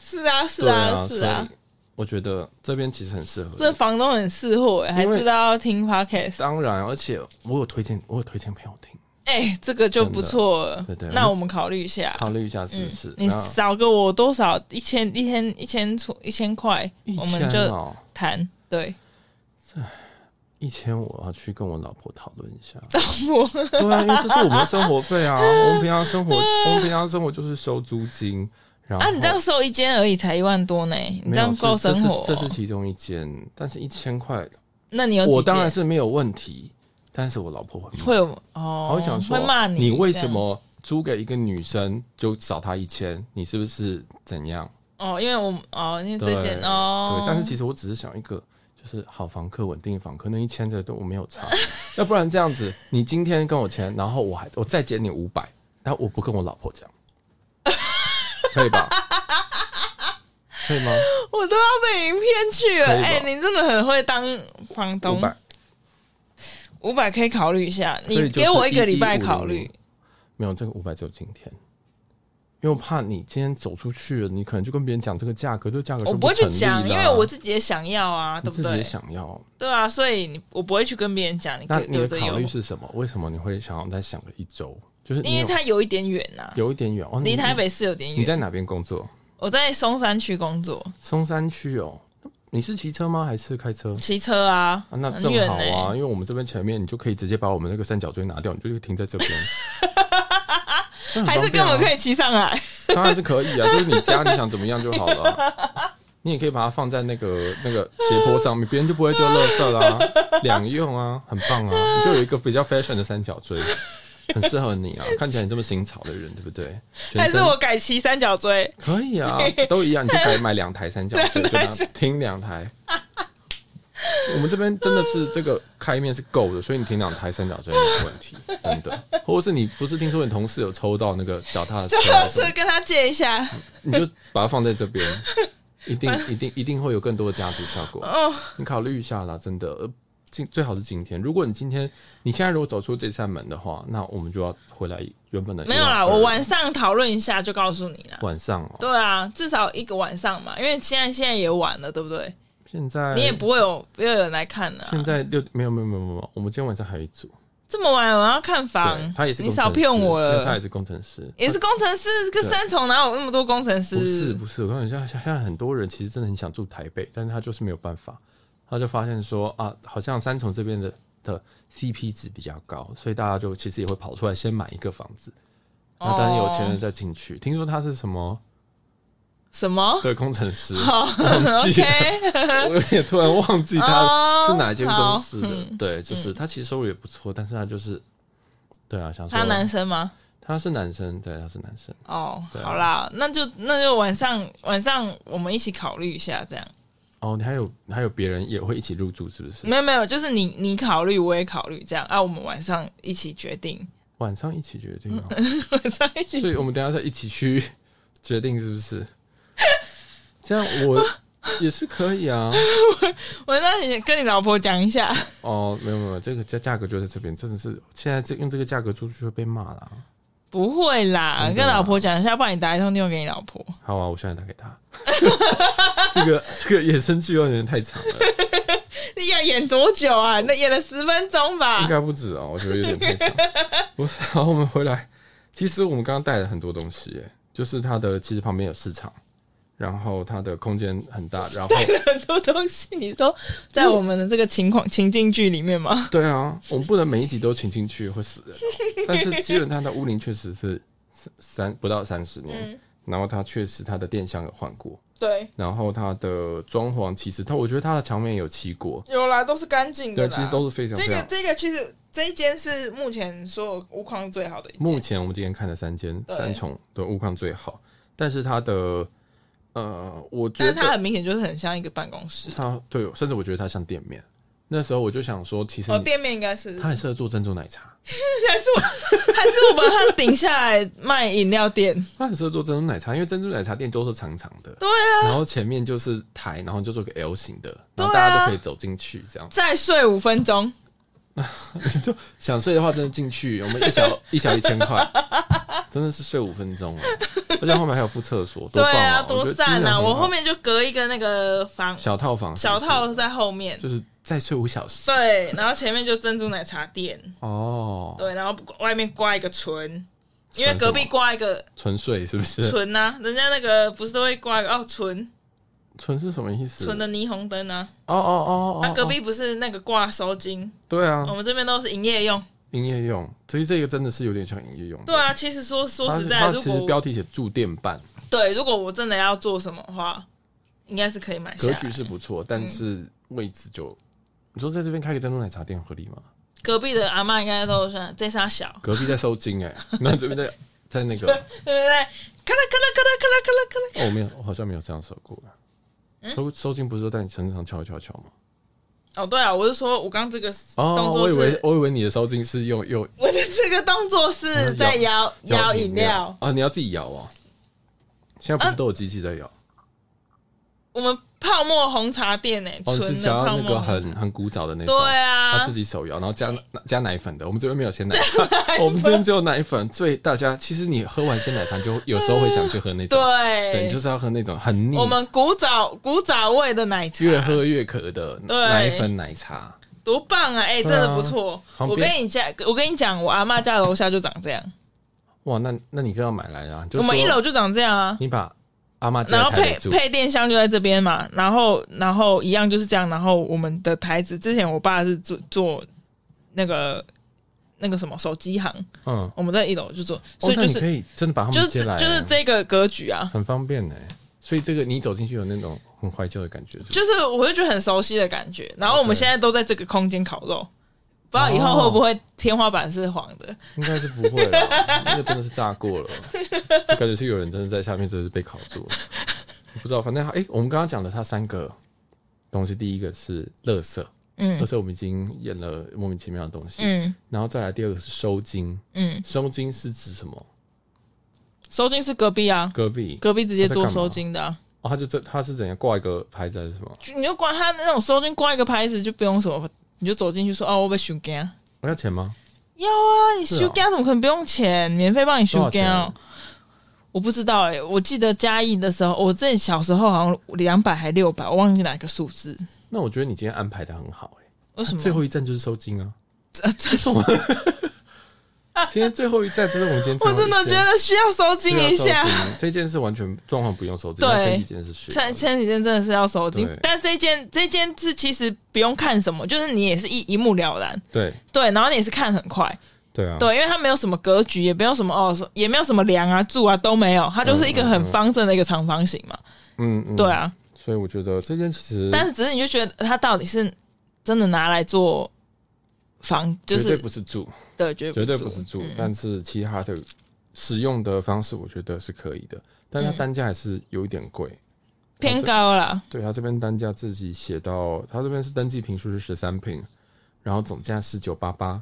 Speaker 2: 是啊，是
Speaker 1: 对
Speaker 2: 啊，
Speaker 1: 啊，呃
Speaker 2: 是啊。，
Speaker 1: 我觉得这边其实很适合你。
Speaker 2: 这房东很识货欸，还
Speaker 1: 因为
Speaker 2: 知道要听 podcast。
Speaker 1: 当然，而且我有推荐，我有推荐朋友听，
Speaker 2: 哎、这个就不错了。
Speaker 1: 真的对对
Speaker 2: 那
Speaker 1: 我
Speaker 2: 我们考虑一下。
Speaker 1: 考虑一下是不是？
Speaker 2: 你
Speaker 1: 那
Speaker 2: 少给我多少？一千、一千、一千出一千块，
Speaker 1: 一
Speaker 2: 我们
Speaker 1: 千
Speaker 2: 就
Speaker 1: 哦，
Speaker 2: 谈。对，
Speaker 1: 一千我要去跟我老婆讨论一下。 [LAUGHS]
Speaker 2: 我
Speaker 1: 对啊，因为这是我们的生活费啊，我们平常生活，我们平常生活就是收租金，然后
Speaker 2: [LAUGHS] 啊，你这样收一间而已，才一万多呢，你
Speaker 1: 没
Speaker 2: 这
Speaker 1: 有
Speaker 2: 样
Speaker 1: 是
Speaker 2: 够生
Speaker 1: 这是
Speaker 2: 活哦、
Speaker 1: 这是其中一间，但是一千块
Speaker 2: 那你有几间
Speaker 1: 我当然是没有问题，但是我老婆会骂
Speaker 2: 会有哦，
Speaker 1: 我想说，
Speaker 2: 会骂
Speaker 1: 你为
Speaker 2: 这
Speaker 1: 什
Speaker 2: 样
Speaker 1: 么租给一个女生就少她一千？你是不是怎样？
Speaker 2: 哦，因为我哦，因为这件
Speaker 1: 对
Speaker 2: 哦，
Speaker 1: 对，但是其实我只是想一个，就是好房客、稳定房客，那一千的都我没有 [LAUGHS] 差。要不然这样子，你今天跟我签，然后我还我再减你五百，但我不跟我老婆
Speaker 2: [LAUGHS]
Speaker 1: 讲，可以吧？可以吗？
Speaker 2: 我都要被你骗去了。
Speaker 1: 可以吧
Speaker 2: 哎、你真的很会当房
Speaker 1: 五
Speaker 2: 东，
Speaker 1: 百
Speaker 2: 五百可以考虑一下，
Speaker 1: 所
Speaker 2: 你
Speaker 1: 以就是
Speaker 2: 给我一个礼拜考
Speaker 1: 115
Speaker 2: 虑。
Speaker 1: 没有这个五百只有今天。因为我怕你今天走出去了，你可能就跟别人讲这个价格，这个价格就
Speaker 2: 我不会去
Speaker 1: 成立
Speaker 2: 讲，因
Speaker 1: 啦
Speaker 2: 为我自己也想要啊，
Speaker 1: 你
Speaker 2: 对不
Speaker 1: 自己也
Speaker 2: 对？
Speaker 1: 想要，
Speaker 2: 对啊，所以你我不会去跟别人讲，你
Speaker 1: 那
Speaker 2: 给
Speaker 1: 你
Speaker 2: 留
Speaker 1: 的考
Speaker 2: 着有
Speaker 1: 虑，是什么？为什么你会想要再想个一周？就是你
Speaker 2: 因为
Speaker 1: 有
Speaker 2: 它有一点远呐、啊，
Speaker 1: 有一点远哦，
Speaker 2: 离
Speaker 1: 你
Speaker 2: 台北市有点
Speaker 1: 你
Speaker 2: 远。
Speaker 1: 在哪边工作？
Speaker 2: 我在松山区工作，
Speaker 1: 松山区哦。你是骑车吗？还是开车？
Speaker 2: 骑车啊，
Speaker 1: 啊，那
Speaker 2: 很
Speaker 1: 正
Speaker 2: 远欸
Speaker 1: 好
Speaker 2: 呢、
Speaker 1: 啊，因为我们这边前面你就可以直接把我们那个三角锥拿掉，你就可以停在这边。这很
Speaker 2: [LAUGHS] 还是
Speaker 1: 方便
Speaker 2: 根
Speaker 1: 啊
Speaker 2: 本可以骑上来。
Speaker 1: 当然是可以啊，就是你家你想怎么样就好了啊、你也可以把它放在那个那个斜坡上面，别人就不会丢垃圾啦，两用啊，很棒啊，你就有一个比较 fashion 的三角锥，很适合你啊，看起来你这么新潮的人，对不对？全
Speaker 2: 还是
Speaker 1: 身
Speaker 2: 我改骑三角锥？
Speaker 1: 可以啊，都一样，你就可以买两台三角锥，
Speaker 2: [LAUGHS]
Speaker 1: 就拿停两台。 [LAUGHS] 我们这边真的是这个开面是够的，所以你停两台三角锥没有问题，真的。
Speaker 2: [LAUGHS]
Speaker 1: 或者是你不是听说你同事有抽到那个脚踏车
Speaker 2: [LAUGHS] 就
Speaker 1: 啊什么的，
Speaker 2: 是跟他借一下。
Speaker 1: 你就把它放在这边，一
Speaker 2: [LAUGHS]
Speaker 1: 定一定一定会有更多的价值效果。
Speaker 2: 哦，
Speaker 1: 你考虑一下啦，真的，呃今最好是今天。如果你今天你现在如果走出这扇门的话，那我们就要回来原本的
Speaker 2: 没有啦，
Speaker 1: 112
Speaker 2: 我晚上讨论一下就告诉你啦。
Speaker 1: 晚上哦、
Speaker 2: 对啊，至少一个晚上嘛，因为现在现在也晚了，对不对？
Speaker 1: 现现在
Speaker 2: 你也不会有不会有人来看的、啊。
Speaker 1: 哎现在六没有没有没有没有，我们今天晚上还有一组，
Speaker 2: 这么晚我要看
Speaker 1: 对
Speaker 2: 房，，
Speaker 1: 他也是
Speaker 2: 啊你
Speaker 1: 工
Speaker 2: 少
Speaker 1: 程师
Speaker 2: 骗我
Speaker 1: 因为他
Speaker 2: 了
Speaker 1: 也，是工程师，
Speaker 2: 也是工程师，这个
Speaker 1: 对
Speaker 2: 三重哪有那么多工程师？
Speaker 1: 不是不是，我告诉你，现在现在很多人其实真的很想住台北，但是他就是没有办法，他就发现说啊，好像三重这边的的 CP 值比较高，所以大家就其实也会跑出来先买一个房子，那当然有钱人再进
Speaker 2: 哦
Speaker 1: 去。听说他是什么 [LAUGHS]
Speaker 2: 什么？
Speaker 1: 对工程师，
Speaker 2: [LAUGHS] 好
Speaker 1: 忘记了
Speaker 2: ，OK，
Speaker 1: 我有点突然忘记
Speaker 2: 哦
Speaker 1: 他啊是哪一间公司
Speaker 2: 好嗯
Speaker 1: 的。对，就是他其实收入也不错，但是他就是对啊，想说
Speaker 2: 他男生吗？
Speaker 1: 他是男生，对，他是男生。
Speaker 2: 哦，
Speaker 1: 对啊
Speaker 2: 好啦，那就那就晚上晚上我们一起考虑一下，这样
Speaker 1: 哦，你还有还有别人也会一起入住，是不是？
Speaker 2: 没有没有，就是你你考虑，我也考虑，这样啊，我们晚上一起决定，
Speaker 1: 晚上一起决定哦。
Speaker 2: 晚上一起
Speaker 1: [LAUGHS] 所以我们等一下再一起去决定是不 [LAUGHS] 是？这样我也是可以啊。
Speaker 2: [LAUGHS] 我那你跟你老婆讲一下，
Speaker 1: 哦，没有没有，这个价价格就在这边，真的是现在这用这个价格租出去会被骂啦。
Speaker 2: 不会啦，
Speaker 1: 真的
Speaker 2: 跟
Speaker 1: 啊
Speaker 2: 老婆讲一下，不然你打一通电话给你老婆。 [LAUGHS]
Speaker 1: 好啊，我现在打给 [LAUGHS] 他。这个这个衍生剧有点太长了，
Speaker 2: 你要演多久啊？那演了十分钟吧 [LAUGHS]
Speaker 1: 应。该不止哦，我觉得有点太长。 [LAUGHS] 不是，好，我们回来。其实我们刚刚带了很多东西耶，就是它的其实旁边有市场，然后它的空间很大，然后
Speaker 2: 很多东西，你说 [LAUGHS] 在我们的这个情况情境剧里面吗？
Speaker 1: 对啊，我们不能每一集都请进去会死人哦。但是基本上它的屋龄确实是三三不到三十年，
Speaker 2: 嗯
Speaker 1: 然后它确实它的电箱有换过，
Speaker 2: 对，
Speaker 1: 然后它的装潢其实它我觉得它的墙面有漆过，
Speaker 2: 有啦，都是干净
Speaker 1: 对，其实都是非常非常。
Speaker 2: 这个其实这一间是目前所有屋况最好的一
Speaker 1: 目前我们今天看的三间
Speaker 2: 对
Speaker 1: 三重的屋况最好，但是它的呃，我觉
Speaker 2: 但它
Speaker 1: 得
Speaker 2: 很明显就是很像一个办公室，
Speaker 1: 它对，甚至我觉得它像店面。那时候我就想说，其实
Speaker 2: 哦，
Speaker 1: 你
Speaker 2: 店面应该是，
Speaker 1: 它很适合做珍珠奶茶。
Speaker 2: [LAUGHS] 还是我还是我把它顶下来卖饮料店，
Speaker 1: 他很适合做珍珠奶茶，因为珍珠奶茶店都是长长的，
Speaker 2: 对啊，
Speaker 1: 然后前面就是台，然后就做个 L 型的，然后
Speaker 2: 对啊
Speaker 1: 大家都可以走进去，这样
Speaker 2: 再睡五分钟，
Speaker 1: 就想睡的话，真的进去，我们一
Speaker 2: [LAUGHS]
Speaker 1: 小一小一千块，真的是睡五分钟啊！而且后面还有副厕所，多
Speaker 2: 对
Speaker 1: 棒
Speaker 2: 啊，
Speaker 1: 啊！我觉
Speaker 2: 多
Speaker 1: 得机能
Speaker 2: 赞
Speaker 1: 很
Speaker 2: 啊！
Speaker 1: 好
Speaker 2: 我后面就隔一个那个房
Speaker 1: 小套房是不
Speaker 2: 小
Speaker 1: 是，
Speaker 2: 套在后面，
Speaker 1: 就是再睡五小时
Speaker 2: 对，然后前面就珍珠奶茶店，
Speaker 1: 哦，
Speaker 2: 对，然后外面挂一个纯，因
Speaker 1: 纯什
Speaker 2: 为
Speaker 1: 么
Speaker 2: 隔壁挂一个
Speaker 1: 纯睡是不是？
Speaker 2: 纯啊，人家那个不是都会挂一个哦纯
Speaker 1: 纯是什么意思？
Speaker 2: 纯的霓虹灯啊，
Speaker 1: 哦哦哦哦，
Speaker 2: 那隔
Speaker 1: 哦
Speaker 2: 壁不是那个挂收金，
Speaker 1: 对啊
Speaker 2: 我，们这边都是营业用。
Speaker 1: 营业用，其实这个真的是有点像营业用的。
Speaker 2: 对啊，其实说说
Speaker 1: 它
Speaker 2: 实
Speaker 1: 是
Speaker 2: 在，
Speaker 1: 它
Speaker 2: 如
Speaker 1: 其实
Speaker 2: 果
Speaker 1: 标题写住店办，
Speaker 2: 对，如果我真的要做什么的话，应该是可以买下
Speaker 1: 格
Speaker 2: 来。
Speaker 1: 局是不错，但是位置就，你说在这边开个珍珠奶茶店合理吗？
Speaker 2: 隔壁的阿嬷应该都算这仨小，
Speaker 1: 隔壁在收金
Speaker 2: [LAUGHS]
Speaker 1: 哎、那这边在在那个，哦
Speaker 2: 对不对？咔啦咔啦咔啦咔啦咔啦咔啦，
Speaker 1: 哦我没有，我好像没有这样收过。啊
Speaker 2: 嗯
Speaker 1: 收收金不是都在你身上敲一敲敲吗？
Speaker 2: 哦，对啊，我是说我刚这个
Speaker 1: 哦
Speaker 2: 动，作
Speaker 1: 我以
Speaker 2: 是，
Speaker 1: 为我以为你的收金是用用
Speaker 2: 我的这个动作是
Speaker 1: 嗯
Speaker 2: 在摇摇饮料。
Speaker 1: 啊，你要自己摇啊。现在不是都有机器在
Speaker 2: 啊
Speaker 1: 摇？
Speaker 2: 我们泡沫红茶店呢、
Speaker 1: 哦，是
Speaker 2: 纯的
Speaker 1: 想
Speaker 2: 泡
Speaker 1: 要那
Speaker 2: 沫
Speaker 1: 个
Speaker 2: 红茶
Speaker 1: 很很古早的那种，
Speaker 2: 对
Speaker 1: 他
Speaker 2: 啊
Speaker 1: 自，己手摇，然后加加奶粉的。我们这边没有鲜奶， [LAUGHS] 我们这边只有奶粉。所以大家其实你喝完鲜奶茶，你就有时候会想去喝那种，对，
Speaker 2: [LAUGHS] 对，
Speaker 1: 你就是要喝那种很腻，
Speaker 2: 我们古早古早味的奶茶，
Speaker 1: 越喝越渴的
Speaker 2: 对
Speaker 1: 奶粉奶茶。
Speaker 2: 多棒啊！哎、真
Speaker 1: 对啊
Speaker 2: 的不错。
Speaker 1: 旁
Speaker 2: 我
Speaker 1: 边
Speaker 2: 跟你家，我跟你讲，我阿嬷家楼下就长这样，哇
Speaker 1: 哇，那那你就要买来啊！就
Speaker 2: 我们
Speaker 1: 说
Speaker 2: 一楼就长这样啊。
Speaker 1: 你把阿妈
Speaker 2: 然
Speaker 1: 家
Speaker 2: 后
Speaker 1: 的台
Speaker 2: 配
Speaker 1: 北住，
Speaker 2: 配电箱就在这边嘛，然后然后一样就是这样，然后我们的台子之前我爸是做做那个那个什么手机行，
Speaker 1: 嗯，
Speaker 2: 我们在一楼就做，
Speaker 1: 哦
Speaker 2: 所以就
Speaker 1: 那你
Speaker 2: 是、
Speaker 1: 可以真的把他
Speaker 2: 就
Speaker 1: 们接
Speaker 2: 是
Speaker 1: 来啊，
Speaker 2: 就是这个格局啊，
Speaker 1: 很方便呢。所以这个你走进去有那种很怀旧的感觉，是不是
Speaker 2: 就是我会觉得很熟悉的感觉。然后我们
Speaker 1: OK
Speaker 2: 现在都在这个空间烤肉，不知道以后
Speaker 1: 哦
Speaker 2: 会不会天花板是黄的。
Speaker 1: 应该是不会了，那个真的是炸过了，我感觉是有人真的在下面真的是被烤住了，我不知道，反正哎、诶我们刚刚讲的它三个东西，第一个是垃圾，垃
Speaker 2: 嗯
Speaker 1: 圾我们已经演了莫名其妙的东西，
Speaker 2: 嗯
Speaker 1: 然后再来第二个是收金，
Speaker 2: 嗯，
Speaker 1: 收金是指什么？
Speaker 2: 收金是隔壁啊，
Speaker 1: 隔壁
Speaker 2: 隔壁直接做收金的、啊，
Speaker 1: 哦，他就这他是怎样挂一个牌子还是什么？
Speaker 2: 就你就挂他那种收金挂一个牌子，就不用什么，你就走进去说哦，我被修干。
Speaker 1: 我要钱吗？
Speaker 2: 要啊，你
Speaker 1: 是哦
Speaker 2: 修干怎么可能不用钱？免费帮你
Speaker 1: 多
Speaker 2: 修
Speaker 1: 少
Speaker 2: 干
Speaker 1: 钱啊
Speaker 2: 哦。我不知道哎、我记得嘉义的时候，我之前小时候好像两百还六百，我忘记哪个数字。
Speaker 1: 那我觉得你今天安排的很好、欸，
Speaker 2: 为什么？
Speaker 1: 最后一站就是收金啊！
Speaker 2: 这 [LAUGHS] 这
Speaker 1: 今天最后一站真的，我们今天最
Speaker 2: 我
Speaker 1: 后一
Speaker 2: 真的觉
Speaker 1: 站
Speaker 2: 得需要收金一
Speaker 1: 需要
Speaker 2: 下 [LAUGHS]
Speaker 1: 收。金这件事完全状况不用收金，
Speaker 2: 对
Speaker 1: 但前几件是学
Speaker 2: 前前几件真的是要收金
Speaker 1: 对，
Speaker 2: 但这件这件是其实不用看什么，就是你也是一一目了然，
Speaker 1: 对
Speaker 2: 对，然后你也是看很快，
Speaker 1: 对啊，
Speaker 2: 对，因为它没有什么格局，也没有什么哦，也没有什么梁啊、柱啊都没有，它就是一个很方正的一个长方形嘛，
Speaker 1: 嗯嗯
Speaker 2: 对，啊，
Speaker 1: 所以我觉得这件其实
Speaker 2: 但是只是你就觉得它到底是真的拿来做房，就
Speaker 1: 绝对
Speaker 2: 是
Speaker 1: 不是住，
Speaker 2: 对，嗯绝
Speaker 1: 绝对
Speaker 2: 住
Speaker 1: 不是住，但是其他的使用的方式我觉得是可以的，但它单价还是有一点贵。
Speaker 2: 嗯偏高啦，
Speaker 1: 对他这边单价自己写到，他这边是登记平数是十三平，然后总价是九八八，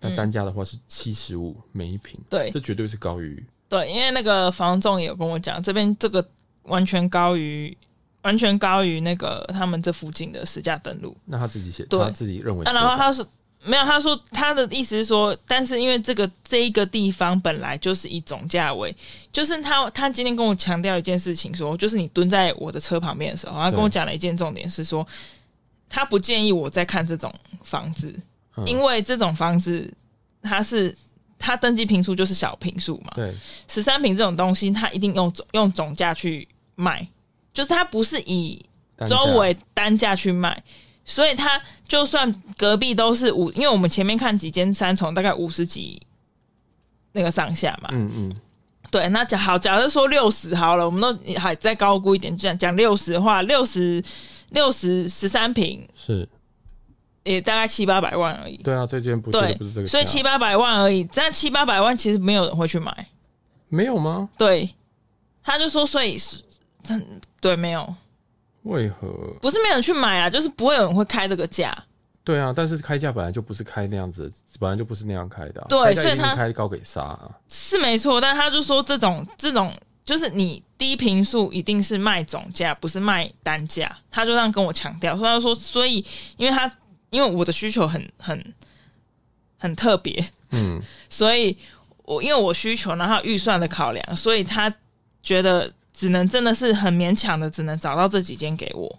Speaker 1: 那单价的话是七十五每一平，
Speaker 2: 嗯对
Speaker 1: 这绝对是高于
Speaker 2: 对，因为那个房仲也有跟我讲，这边这个完全高于完全高于那个他们这附近的实价登录。
Speaker 1: 那他自己写，
Speaker 2: 对
Speaker 1: 他自己认为是
Speaker 2: 啊，
Speaker 1: 多
Speaker 2: 然
Speaker 1: 少。
Speaker 2: 后他说没有，他说他的意思是说，但是因为这个这一个地方本来就是以总价为，就是他他今天跟我强调一件事情说就是你蹲在我的车旁边的时候，他跟我
Speaker 1: 对
Speaker 2: 讲了一件重点是说，他不建议我再看这种房子，
Speaker 1: 嗯
Speaker 2: 因为这种房子它是。它登记平数就是小平数嘛，
Speaker 1: 嗯对
Speaker 2: 十三平这种东西，它一定用总用总价去卖，就是它不是以
Speaker 1: 单价
Speaker 2: 周围单价去卖，所以它就算隔壁都是五，因为我们前面看几间三重大概五十几那个上下嘛，
Speaker 1: 嗯嗯，
Speaker 2: 对，那假好，假设说六十好了，我们都还再高估一点，就讲讲六十的话，六十六十十三平
Speaker 1: 是
Speaker 2: 也大概七八百万而已，
Speaker 1: 对啊，这件不绝
Speaker 2: 对
Speaker 1: 对不是这个，价，
Speaker 2: 所以七八百万而已，但七八百万其实没有人会去买。
Speaker 1: 没有吗？
Speaker 2: 对，他就说，所以是，嗯对，没有，
Speaker 1: 为何？
Speaker 2: 不是没有人去买啊，就是不会有人会开这个价。
Speaker 1: 对啊，但是开价本来就不是开那样子，本来就不是那样开的啊、
Speaker 2: 对
Speaker 1: 开价
Speaker 2: 所以
Speaker 1: 一定
Speaker 2: 他
Speaker 1: 开高给杀、啊，
Speaker 2: 是没错，但他就说这种这种啊就是你低频数一定是卖总价，不是卖单价。他就这样跟我强调，所以他就说，所以因为他因为我的需求很很很特别，
Speaker 1: 嗯，
Speaker 2: 所以我因为我需求，然后预算的考量，所以他觉得只能真的是很勉强的，只能找到这几间给我。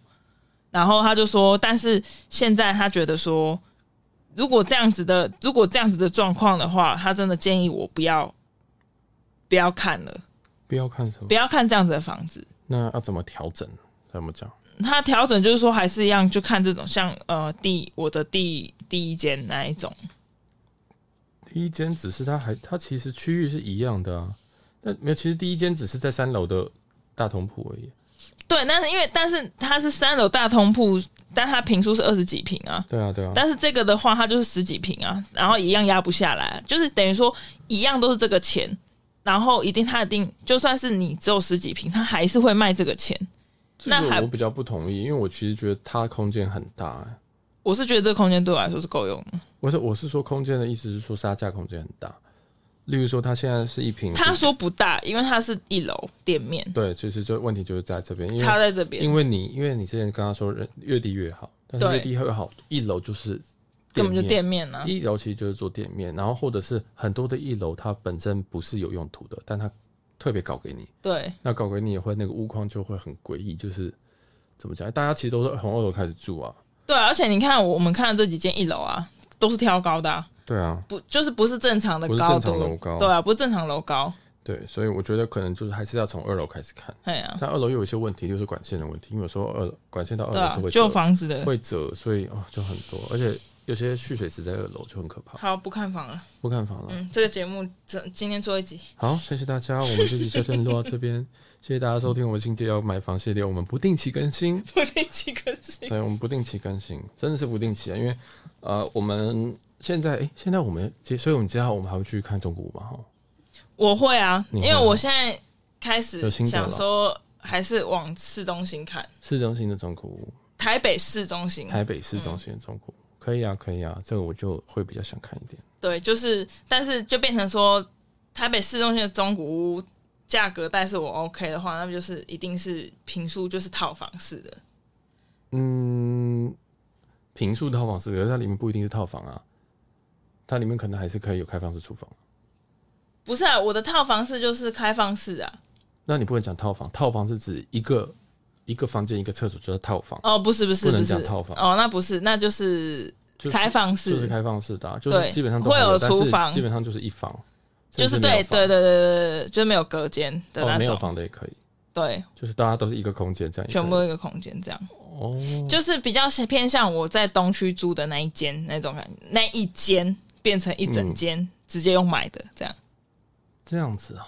Speaker 2: 然后他就说，但是现在他觉得说，如果这样子的，如果这样子的状况的话，他真的建议我不要不要看了，
Speaker 1: 不要看什么
Speaker 2: 不，要看这样子的房子。
Speaker 1: 那要怎么调整？怎么讲？
Speaker 2: 他调整就是说，还是一样，就看这种像呃第我的第第一间那一种，
Speaker 1: 第一间只是它还它其实区域是一样的啊，但没有，其实第一间只是在三楼的大同铺而已。
Speaker 2: 对，但是因为但是它是三楼大通铺，但它平数是二十几平啊，
Speaker 1: 对啊，对啊，
Speaker 2: 但是这个的话，它就是十几平啊，然后一样压不下来，就是等于说一样都是这个钱，然后一定它一定就算是你只有十几平，它还是会卖这个钱。
Speaker 1: 这
Speaker 2: 那还
Speaker 1: 个我比较不同意，因为我其实觉得它空间很大、欸。
Speaker 2: 我是觉得这个空间对我来说是够用的。
Speaker 1: 我是我是说空间的意思是说杀价空间很大，例如说它现在是一平，
Speaker 2: 他说不大，因为它是一楼店面，
Speaker 1: 对，其实就问题就是在这边，因
Speaker 2: 差
Speaker 1: 为
Speaker 2: 在这边
Speaker 1: 因，为你因为你之前跟他说人越低越好，但是
Speaker 2: 对
Speaker 1: 越低越好，一楼就是
Speaker 2: 根本就店面啊。
Speaker 1: 一楼其实就是做店面，然后或者是很多的一楼它本身不是有用途的，但它特别搞给你。
Speaker 2: 对
Speaker 1: 那搞给你也会那个屋况就会很诡异，就是怎么讲？大家其实都是从二楼开始住啊。
Speaker 2: 对啊，而且你看我们看的这几间一楼啊，都是挑高的、啊，
Speaker 1: 对啊，
Speaker 2: 不就是不是正常的
Speaker 1: 不是
Speaker 2: 高
Speaker 1: 正常楼
Speaker 2: 度，
Speaker 1: 高
Speaker 2: 对啊，不是正常楼高，
Speaker 1: 对，所以我觉得可能就是还是要从二楼开始看。
Speaker 2: 哎呀、
Speaker 1: 但二楼又有一些问题，就是管线的问题，因为有时候二楼管线到二
Speaker 2: 对
Speaker 1: 楼
Speaker 2: 啊
Speaker 1: 哦是会，折、
Speaker 2: 旧房子的，
Speaker 1: 会折，所以哦就很多，而且有些蓄水池在二楼就很可怕，
Speaker 2: 好不看房了。
Speaker 1: 不看房了。
Speaker 2: 嗯，这个节目这今天做一集。
Speaker 1: 好，谢谢大家，我们这期就先录到这
Speaker 2: [LAUGHS]
Speaker 1: 边，谢谢大家收听我们新界要买房系列，我们不定期更
Speaker 2: [LAUGHS]
Speaker 1: 新。
Speaker 2: 不定期更新。
Speaker 1: 对，我们不定期更新，真的是不定期啊，因为呃，我们现在诶，现在我们接，所以我们接下来我们还会去看中古嘛哈，吼
Speaker 2: 我会啊，
Speaker 1: 你
Speaker 2: 因
Speaker 1: 会啊
Speaker 2: 为我现在开
Speaker 1: 有
Speaker 2: 始
Speaker 1: 心得了
Speaker 2: 想说，还是往市中心看，
Speaker 1: 市中心的中古屋，
Speaker 2: 台北市中心。
Speaker 1: 台北市中心的中古屋，
Speaker 2: 嗯
Speaker 1: 可以啊，可以啊，这个我就会比较想看一点。
Speaker 2: 对，就是，但是就变成说，台北市中心的中古屋价格，但是我 OK 的话，那么就是一定是平数，就是套房式的。
Speaker 1: 嗯，平数套房是，可是它里面不一定是套房啊，它里面可能还是可以有开放式厨房，
Speaker 2: 不是啊，我的套房式就是开放式啊。
Speaker 1: 那你不能讲套房，套房是指一个一个房间一个厕所叫套房，
Speaker 2: 哦，不是不是
Speaker 1: 不能
Speaker 2: 是
Speaker 1: 讲套房
Speaker 2: 哦，那不是，那就是
Speaker 1: 就是
Speaker 2: 开放式，
Speaker 1: 就是开放式的、啊，就
Speaker 2: 对
Speaker 1: 是基本上都还
Speaker 2: 会有
Speaker 1: 但是
Speaker 2: 厨房
Speaker 1: 基本上就是一房，
Speaker 2: 就
Speaker 1: 甚
Speaker 2: 是
Speaker 1: 至没有
Speaker 2: 对
Speaker 1: 房
Speaker 2: 对对对对对，就是没有隔间的
Speaker 1: 哦，
Speaker 2: 那
Speaker 1: 没有
Speaker 2: 种，
Speaker 1: 房的也可以，
Speaker 2: 对，
Speaker 1: 就是大家都是一个空间这样也可以，
Speaker 2: 全部都一个空间这样，
Speaker 1: 哦，
Speaker 2: 就是比较偏向我在东区租的那一间那种感觉，那一间变成一整间，直接用买的这样，
Speaker 1: 这样子啊，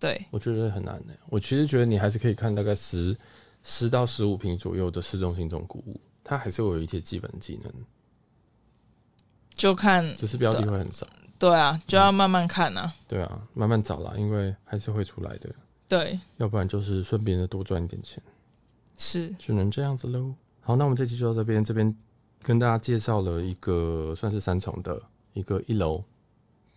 Speaker 2: 对，
Speaker 1: 我觉得很难呢、我其实觉得你还是可以看大概十十到十五平左右的市中心中古屋，它还是会有一些基本技能，
Speaker 2: 就看
Speaker 1: 只是标的会很少。
Speaker 2: 对啊，就要慢慢看啊，
Speaker 1: 对啊，慢慢找啦，因为还是会出来的，
Speaker 2: 对，
Speaker 1: 要不然就是顺便的多赚一点钱，
Speaker 2: 是
Speaker 1: 只能这样子喽。好，那我们这期就到这边，这边跟大家介绍了一个算是三重的一个一楼，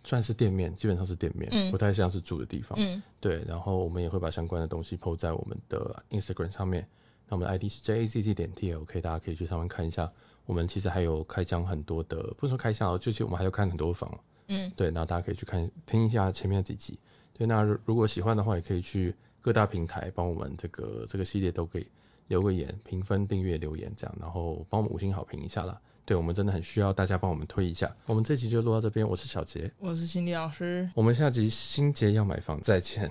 Speaker 1: 算是店面，基本上是店面，
Speaker 2: 嗯
Speaker 1: 不太像是住的地方。
Speaker 2: 嗯，
Speaker 1: 对，然后我们也会把相关的东西 PO 在我们的 Instagram 上面。那我们的 ID 是 JACC 点 TLK，大家可以去上面看一下。我们其实还有开箱很多的，不是说开箱啊，就是我们还有看很多房。
Speaker 2: 嗯，
Speaker 1: 对，然后大家可以去看听一下前面几集。对，那如如果喜欢的话，也可以去各大平台帮我们这个这个系列都可以留个言、评分、订阅、留言这样，然后帮我们五星好评一下啦。对我们真的很需要大家帮我们推一下。我们这集就录到这边，我是小杰，
Speaker 2: 我是心理老师，
Speaker 1: 我们下集新杰要买房再见。